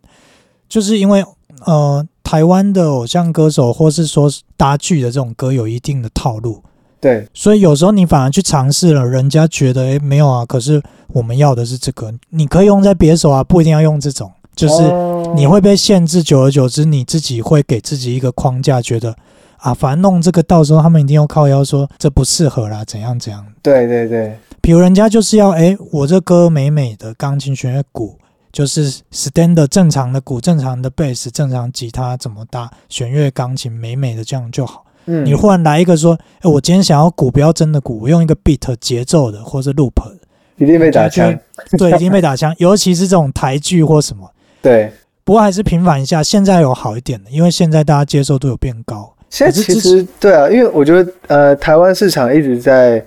B: 就是因为呃台湾的偶像歌手或是说搭剧的这种歌有一定的套路，
D: 对
B: 所以有时候你反而去尝试了，人家觉得诶没有啊，可是我们要的是这个，你可以用在别首啊，不一定要用这种，就是。
D: 哦
B: 你会被限制，久而久之，你自己会给自己一个框架，觉得啊，反正弄这个，到时候他们一定要靠腰说这不适合啦，怎样怎样。
D: 对对对
B: 比如人家就是要，诶，我这歌美美的钢琴弦乐鼓，就是 stand 正常的鼓、正常的贝斯、正常吉他怎么搭，弦乐钢琴美美的这样就好。
D: 嗯
B: 你忽然来一个说，诶，我今天想要鼓，不要真的鼓，我用一个 beat 节奏的或是 loop，的
D: 一定被打
B: 就
D: 枪
B: 会， 对，已经被打枪，尤其是这种台剧或什么。
D: 对。
B: 不过还是平反一下，现在有好一点的，因为现在大家接受度有变高。
D: 现在
B: 可是
D: 其
B: 之
D: 实对啊，因为我觉得呃，台湾市场一直在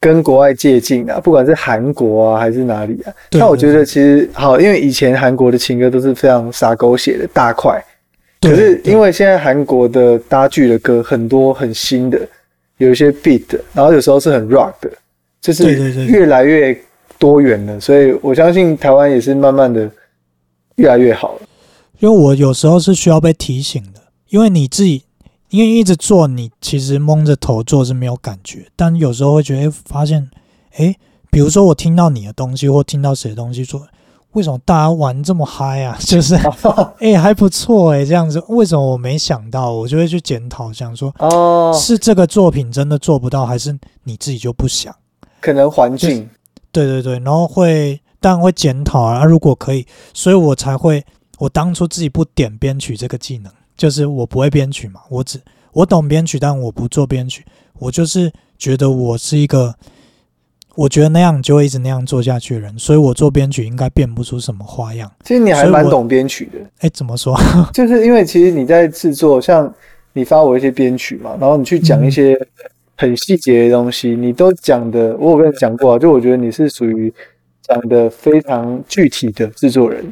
D: 跟国外借镜啊，不管是韩国啊还是哪里啊。
B: 对
D: 那我
B: 对
D: 觉得其实好，因为以前韩国的情歌都是非常傻狗血的大块，可
B: 对
D: 是
B: 对
D: 因为现在韩国的搭剧的歌很多很新的，有一些 beat，的然后有时候是很 rock 的，就
B: 对
D: 是
B: 对对
D: 越来越多元了。所以我相信台湾也是慢慢的越来越好了。
B: 因为我有时候是需要被提醒的，因为你自己因为一直做，你其实蒙着头做是没有感觉，但有时候会觉得，哎，发现，哎，比如说我听到你的东西或听到谁的东西说。为什么大家玩这么嗨啊？ 就是，哎、还不错哎、这样子。为什么我没想到？我就会去检讨，想说
D: 哦，
B: 是这个作品真的做不到，还是你自己就不想？
D: 可能环
B: 就是
D: 境，
B: 对对对，然后会当然会检讨啊，如果可以，所以我才会，我当初自己不点编曲这个技能，就是我不会编曲嘛，我只我懂编曲，但我不做编曲，我就是觉得我是一个，我觉得那样就会一直那样做下去的人，所以我做编曲应该变不出什么花样。
D: 其实你还
B: 所以
D: 蛮
B: 我
D: 懂编曲的。
B: 哎，怎么说？
D: 就是因为其实你在制作，像你发我一些编曲嘛，然后你去讲一些
B: 嗯
D: 很细节的东西，你都讲的，我有跟你讲过啊，就我觉得你是属于讲的非常具体的制作人，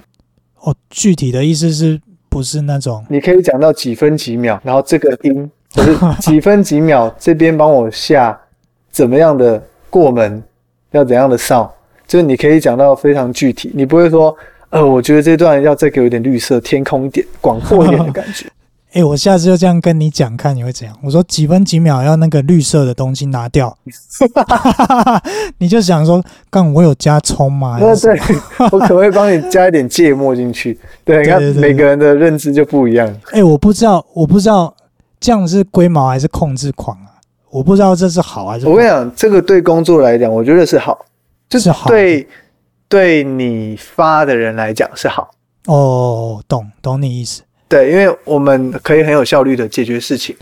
B: 哦，具体的意思是不是那种？
D: 你可以讲到几分几秒，然后这个音 就是几分几秒，这边帮我下怎么样的过门，要怎样的上，就是你可以讲到非常具体，你不会说。呃，我觉得这段要再给我一点绿色，天空一点，广阔一点的感 觉。
B: 哎，我下次就这样跟你讲，看你会怎样。我说几分几秒要那个绿色的东西拿 掉，你就想说，干我有加葱吗？还
D: 那
B: 哎是什么
D: 对，我可不可以帮你加一点芥末进去？ 对，你看
B: 对对对
D: 每个人的认知就不一样。
B: 哎，我不知道，我不知道这样是龟毛还是控制狂啊？我不知道这是好还是
D: 我跟你讲，这个对工作来讲，我觉得是好，就是
B: 好
D: 对对你发的人来讲是好。
B: 哦，懂懂你意思。
D: 对，因为我们可以很有效率的解决事情。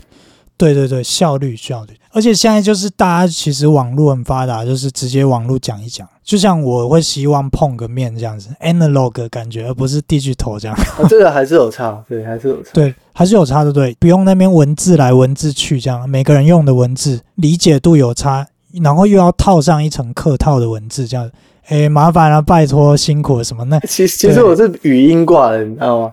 B: 对对对，效率效率。而且现在就是大家其实网络很发达，就是直接网络讲一讲。就像我会希望碰个面这样子，analog 的感觉，而不是 digital 这样。
D: 啊、这个还是有差，对，还是有差。
B: 对，还是有差的，对，不用那边文字来文字去这样，每个人用的文字理解度有差，然后又要套上一层客套的文字，这样，哎，麻烦了、拜托，辛苦了什么那，
D: 其实其实
B: 对
D: 我是语音挂的，你 知道吗？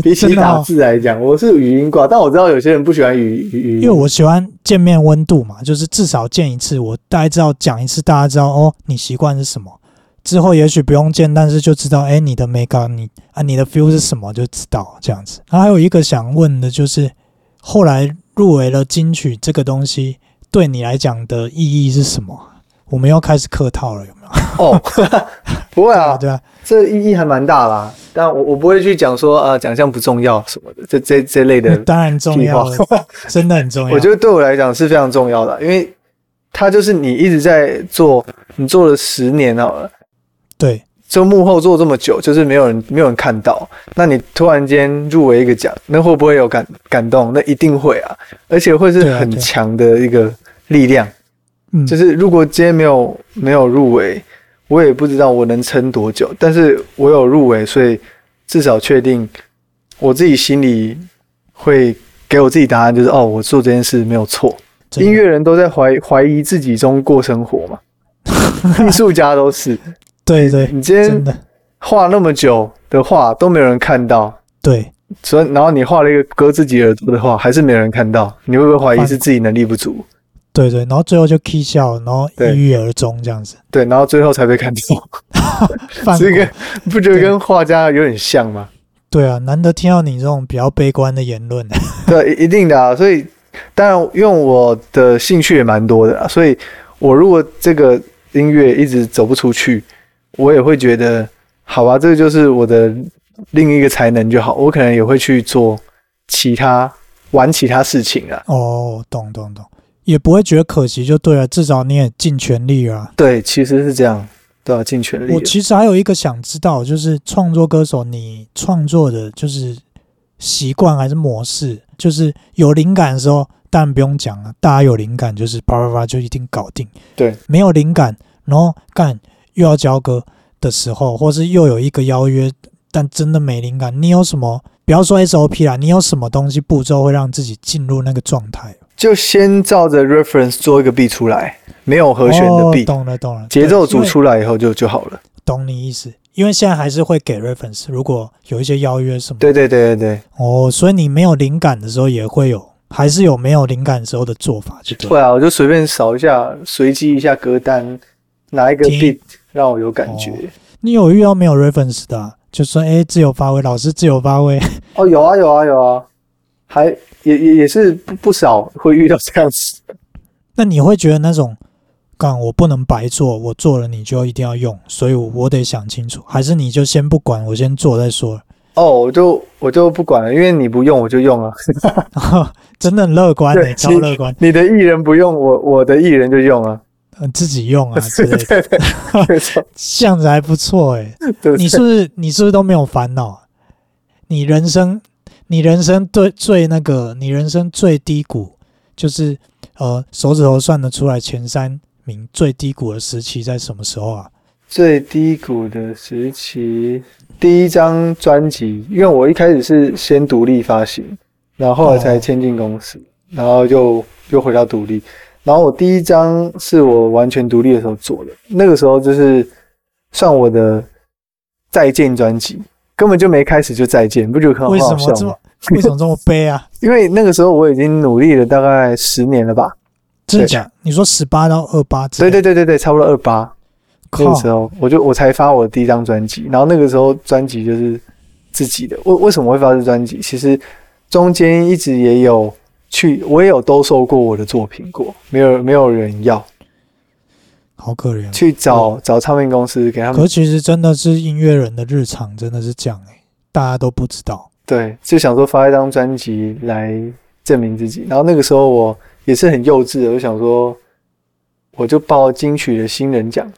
D: 比起
B: 真的哦
D: 打字来讲，我是语音挂，但我知道有些人不喜欢语语语
B: 因为
D: 音。
B: 我喜欢见面温度嘛，就是至少见一次，我大概知道讲一次，大家知道哦，你习惯是什么，之后也许不用见，但是就知道，哎，你的美感，你啊，你的 feel 是什么，就知道这样子。然后还有一个想问的就是，后来入围了金曲这个东西，对你来讲的意义是什么？我们要开始客套了，有没有？
D: 哦， 不会啊，
B: 对啊，
D: 这意义还蛮大啦。但我我不会去讲说啊，奖项不重要什么的，这这这类的。
B: 当然重要了
D: 啊计，
B: 真的很重要。
D: 我觉得对我来讲是非常重要的，因为它就是你一直在做，你做了十年哦好了，
B: 对
D: 就幕后做这么久，就是没有人没有人看到，那你突然间入围一个奖，那会不会有感感动？那一定会啊，而且会是
B: 对啊
D: 很
B: 对啊
D: 强的一个力量。
B: 嗯，
D: 就是如果今天没有没有入围，我也不知道我能撑多久。但是我有入围，所以至少确定我自己心里会给我自己答案，就是哦，我做这件事没有错。
B: 真的
D: 音乐人都在怀怀疑自己中过生活嘛，艺术家都是。
B: 对对，
D: 你今
B: 真
D: 天
B: 的
D: 画那么久的画都没有人看到，
B: 对，
D: 所以然后你画了一个割自己耳朵的画，还是没有人看到，你会不会怀疑是自己能力不足？
B: 对对，然后最后就 k 笑，然后
D: 对
B: 一郁而终这样 子。
D: 对，然后最后才被看到。
B: 犯
D: 这个
B: 过
D: 不觉得跟画家有点像吗？
B: 对啊，难得听到你这种比较悲观的言论。
D: 对，一一定的啊。所以，当然，因为我的兴趣也蛮多的啊，所以我如果这个音乐一直走不出去，我也会觉得，好啊吧，这个就是我的另一个才能就好。我可能也会去做其他玩其他事情啊。
B: 哦，懂懂懂，也不会觉得可惜就对了，至少你也尽全力了啊、
D: 对，其实是这样，都要尽全力
B: 我
D: 了。
B: 其实还有一个想知道，就是创作歌手你创作的就是习惯还是模式，就是有灵感的时候，当然不用讲了，大家有灵感就是啪啪啪就一定搞定。
D: 对，
B: 没有灵感，然后干又要交歌的时候，或是又有一个邀约，但真的没灵感，你有什么？不要说 SOP 啦，你有什么东西步骤会让自己进入那个状态？
D: 就先照着 reference 做一个 B 出来，没有和弦的
B: 哦
D: B，、
B: 懂了懂了，
D: 节
B: 对
D: 奏
B: 因
D: 组
B: 为
D: 出来以后就就好了。
B: 懂你意思，因为现在还是会给 reference，如果有一些邀约什么，
D: 对对对对对。
B: 哦，所以你没有灵感的时候也会有，还是有没有灵感的时候的做法，就对了。
D: 会啊，我就随便扫一下，随机一下歌单，拿一个
B: 听
D: beat 让我有感觉。
B: 你有遇到没有 reference 的啊、就说哎自由发挥，老师自由发挥，
D: 哦有啊有啊有啊，还也也也是不不少会遇到这样子。
B: 那你会觉得那种，干我不能白做，我做了你就一定要用，所以我我得想清楚，还是你就先不管，我先做再说。
D: 哦，我就我就不管了，因为你不用我就用啊。
B: 真的很乐观
D: 对
B: 欸，超
D: 其
B: 乐观，
D: 你的艺人不用我，我的艺人就用啊。
B: 呃自己用啊之类的，
D: 对对对，没错
B: 这样子还不错哎、
D: 对
B: 你
D: 对
B: 是不是你是不是都没有烦恼啊？你人生，你人生最最那个，你人生最低谷就是呃手指头算得出来前三名最低谷的时期在什么时候啊？
D: 最低谷的时期，第一张专辑，因为我一开始是先独立发行，然后后来才签进公司，然后又又回到独立。然后我第一张是我完全独立的时候做的，那个时候就是算我的再见专辑，根本就没开始就再见，你不觉得很哦好
B: 为什
D: 笑
B: 么这
D: 吗
B: 么？为什么这么悲 啊？
D: 因为那个时候我已经努力了大概十年了吧？
B: 真的
D: 对
B: 假的？你说十八到二八之
D: 对
B: 类的，
D: 对对对对，差不多二八。那个时
B: 靠，
D: 候，我就我才发我的第一张专辑，然后那个时候专辑就是自己的。为为什么会发这专辑？其实中间一直也有去，我也有兜售过我的作品过，没有没有人要
B: 好可怜。啊
D: 去找、找唱片公司给他
B: 哦可
D: 们，
B: 其实真的是音乐人的日常，真的是这样哎、大家都不知道。
D: 对，就想说发一张专辑来证明自己。然后那个时候我也是很幼稚的，我就想说我就报金曲的新人奖，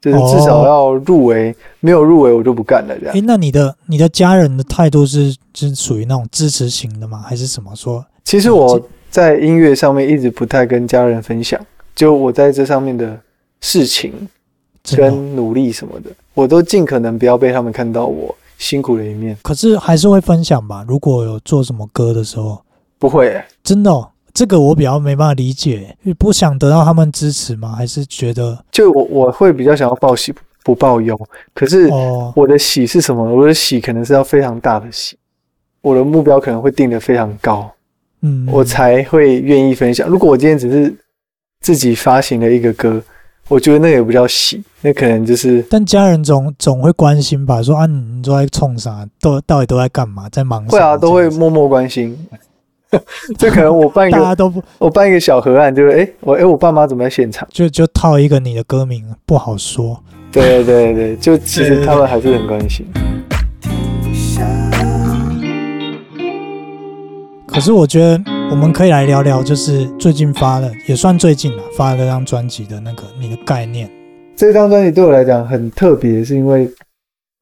D: 就是至少
B: 哦
D: 要入围，没有入围我就不干了这样
B: 诶、。那你的你的家人的态度是是属于那种支持型的吗？还是什么说？
D: 其实
B: 嗯
D: 我在音乐上面一直不太跟家人分享，就我在这上面的事情
B: 真的哦
D: 跟努力什么的，我都尽可能不要被他们看到我辛苦的一面。
B: 可是还是会分享吧。如果有做什么歌的时候，
D: 不会欸、
B: 真的、哦，这个我比较没办法理解，不想得到他们支持吗？还是觉得
D: 就我我会比较想要报喜不报忧，可是
B: 哦，
D: 我的喜是什么？我的喜可能是要非常大的喜，我的目标可能会定得非常高，
B: 嗯，
D: 我才会愿意分享。如果我今天只是自己发行了一个歌，我觉得那也不叫喜，那可能就是
B: 但家人总总会关心吧，说啊，你你都在冲啥？都到底都在干嘛？在忙什么？
D: 会啊，都会
B: 这样子
D: 默默关心。 这可能我办一
B: 大
D: 个
B: 家都不
D: 我办一个小河岸，就是诶，我诶，我爸妈怎么在现场？
B: 就就套一个你的歌名，不好说。
D: 对对对，就其实他们还是很关心。
B: 可是我觉得我们可以来聊聊，就是最近发的，也算最近了，发的那张专辑的那个你的概念。
D: 这张专辑对我来讲很特别，是因为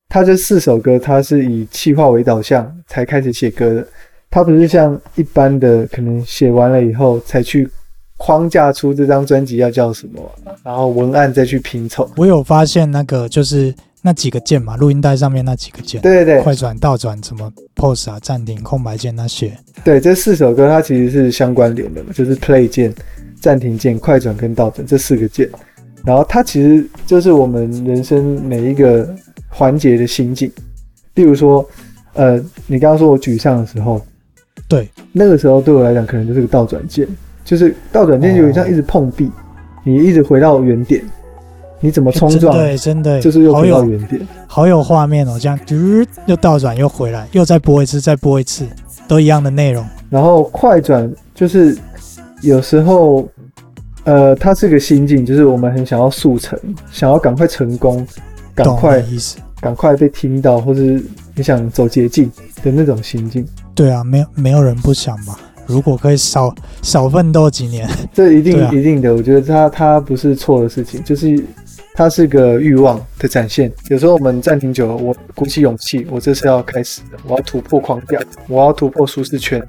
D: 它这四首歌，它是以气化为导向才开始写歌的。它不是像一般的可能写完了以后才去框架出这张专辑要叫什么，然后文案再去拼凑。
B: 我有发现那个就是那几个键嘛，录音带上面那几个键，
D: 对对对
B: 快转、倒转、什么 pose 啊、暂停、空白键那些。
D: 对，这四首歌它其实是相关联的嘛，就是 play 键、暂停键、快转跟倒转这四个键。然后它其实就是我们人生每一个环节的心境。例如说，呃，你刚刚说我沮丧的时候，
B: 对，
D: 那个时候对我来讲，可能就是个倒转键，就是倒转键有点
B: 哦
D: 像一直碰壁，你一直回到原点，你怎么冲撞，
B: 哎对，真的
D: 就是又
B: 好
D: 回到
B: 有
D: 原点。
B: 好有画面哦，这样嘟又倒转又回来，又再播一次，再播一次，都一样的内容。
D: 然后快转就是有时候，呃，它是个心境，就是我们很想要速成，想要赶快成功，赶
B: 懂你
D: 快
B: 的意思？
D: 赶快被听到，或是你想走捷径的那种心境。
B: 对啊，没有没有人不想嘛。如果可以少少奋斗几年，
D: 这一定、
B: 对啊
D: 一定的，我觉得它它不是错的事情，就是它是个欲望的展现。有时候我们暂停久了，我鼓起勇气，我这是要开始的，我要突破框架，我要突破舒适圈，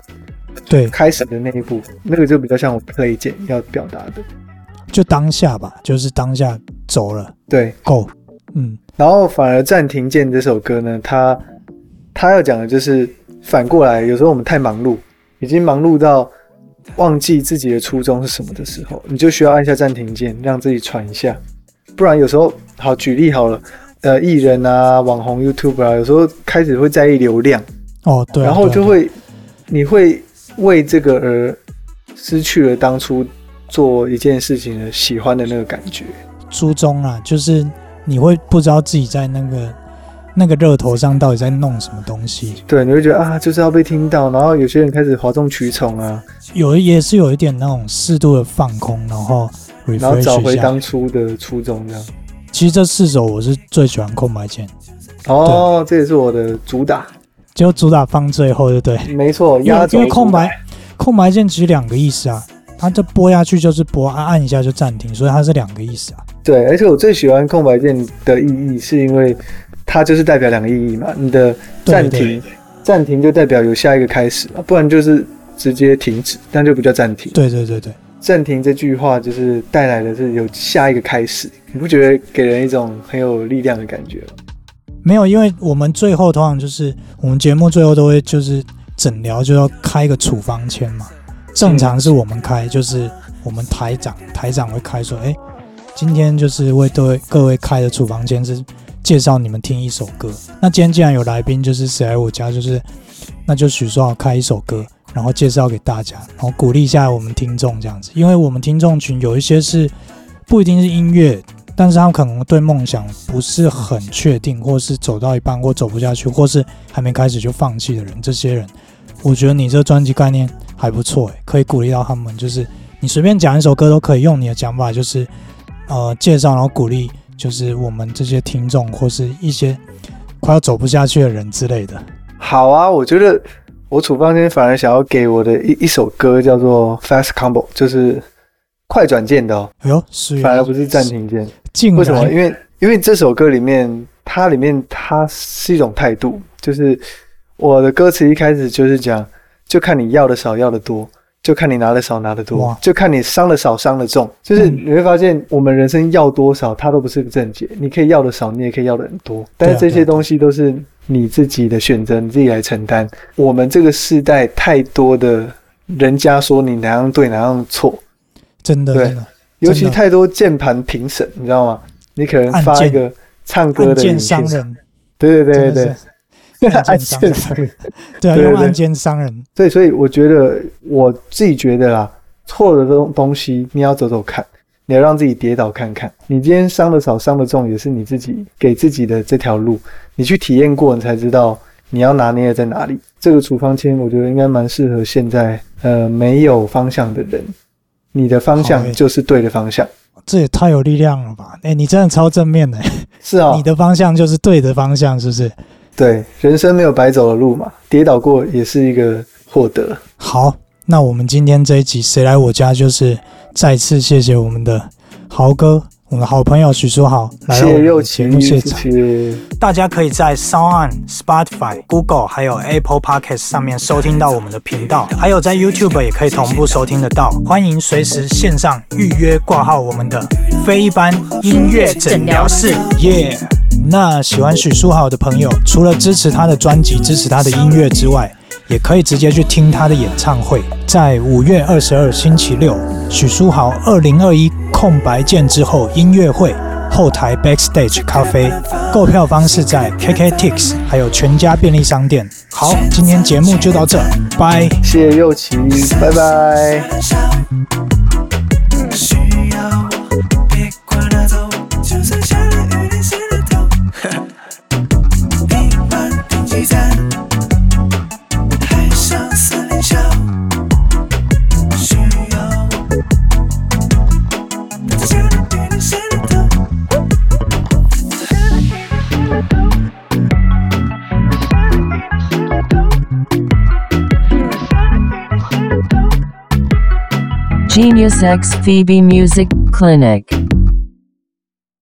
B: 对，
D: 开始的那一步，那个就比较像我 play 键要表达的。
B: 就当下吧，就是当下走了
D: 对，
B: 够。嗯，
D: 然后反而暂停键这首歌呢，它它要讲的就是反过来，有时候我们太忙碌，已经忙碌到忘记自己的初衷是什么的时候，你就需要按下暂停键，让自己喘一下。不然有时候，好举例好了，呃，艺人啊、网红、YouTube 啊，有时候开始会在意流量，
B: 哦对啊、对啊，
D: 然后
B: 对
D: 就
B: 啊
D: 会你会为这个而失去了当初做一件事情的喜欢的那个感觉。
B: 初衷啊，就是你会不知道自己在那个那个热头上到底在弄什么东西，
D: 对，你会觉得啊，就是要被听到，然后有些人开始哗众取宠啊，
B: 有也是有一点那种适度的放空，然后
D: 然后找
B: refresh
D: 回
B: 一下。
D: 当初的初衷这样。
B: 其实这四首我是最喜欢空白键，
D: 哦，这也是我的主打，
B: 就主打放最后，对不对？
D: 没错，
B: 因
D: 压
B: 为
D: 轴
B: 因为
D: 主
B: 空
D: 打
B: 白空白键其实两个意思啊，它这播下去就是播，按按一下就暂停，所以它是两个意思啊。
D: 对，而且我最喜欢空白键的意义，是因为它就是代表两个意义嘛，你的
B: 对
D: 暂
B: 对
D: 停，暂停就代表有下一个开始嘛，不然就是直接停止，但就不叫暂停。
B: 对对对对，
D: 暂停这句话就是带来的是有下一个开始，你不觉得给人一种很有力量的感觉吗？
B: 没有，因为我们最后通常就是我们节目最后都会就是诊疗就要开一个处方签嘛，正常是我们开，就是我们台长台长会开说，哎，今天就是为各位各位开的处方签是介绍你们听一首歌。那今天既然有来宾，就是谁来我家，就是那就许说好开一首歌，然后介绍给大家，然后鼓励一下我们听众这样子，因为我们听众群有一些是不一定是音乐，但是他们可能对梦想不是很确定，或是走到一半或走不下去，或是还没开始就放弃的人，这些人，我觉得你这专辑概念还不错，诶，可以鼓励到他们，就是你随便讲一首歌都可以用你的讲法，就是呃介绍，然后鼓励，就是我们这些听众或是一些快要走不下去的人之类的。
D: 好啊，我觉得我处方间反而想要给我的一一首歌叫做 Fast Combo，就是快转键的哦，
B: 哎呦，是
D: 反而不是暂，停键。
B: 竟
D: 为什么？
B: 然
D: 因为因为这首歌里面，它里面它是一种态度，就是我的歌词一开始就是讲，就看你要的少，要的多。就看你拿的少，拿的多
B: 哇；
D: 就看你伤的少，伤的重。就是
B: 嗯
D: 你会发现，我们人生要多少，它都不是个正解。你可以要的少，你也可以要的很多。但是
B: 对啊
D: 这
B: 对
D: 些
B: 啊
D: 东西都是你自己的选择，你自己来承担。我们这个世代太多的人家说你哪样对，哪样错，
B: 真的
D: 对
B: 真的
D: 尤其
B: 真的
D: 太多键盘评审，你知道吗？你可能发一个唱歌
B: 按
D: 的影
B: 键商，
D: 片
B: 人，
D: 对对对
B: 真
D: 对
B: 的是按
D: 按
B: 键商人
D: 键，商人。
B: 对啊，
D: 对对
B: 用
D: 对
B: 按键商人，
D: 对，所以我觉得我自己觉得啦，错的东东西你要走走看，你要让自己跌倒看看。你今天伤的少，伤的重，也是你自己给自己的这条路，你去体验过，你才知道你要拿捏的在哪里。这个处方签，我觉得应该蛮适合现在呃没有方向的人，你的方
B: 好
D: 向
B: 欸
D: 就是对的方向。
B: 这也太有力量了吧！哎、你真的超正面的、
D: 是啊、
B: 你的方向就是对的方向，是不是？
D: 对，人生没有白走的路嘛，跌倒过也是一个获得。
B: 好，那我们今天这一集《谁来我家》就是再次谢谢我们的豪哥，我们的好朋友许书豪来
D: 谢
B: 到我
D: 谢
B: 们的节目
D: 肉奇遇，
B: 现
D: 谢
B: 场。
D: 谢。
B: 大家可以在 Sound、Spotify、Google 还有 Apple Podcast 上面收听到我们的频道，还有在 YouTube 也可以同步收听得到。欢迎随时线上预约挂号我们的非一般音乐诊疗室，耶、那喜欢许书豪的朋友，除了支持他的专辑、支持他的音乐之外，也可以直接去听他的演唱会，在五月二十二星期六，许书豪二零二一空白键之后音乐会后台 Backstage 咖啡，购票方式在 KKTix 还有全家便利商店。好，今天节目就到这，拜。
D: 谢谢肉奇遇，拜拜。
E: 需要我别管它走，就算下了雨淋湿了头。一般停机站，海上森林小，需要我。它走下了雨淋湿了头。
F: Genius X Phoebe Music Clinic.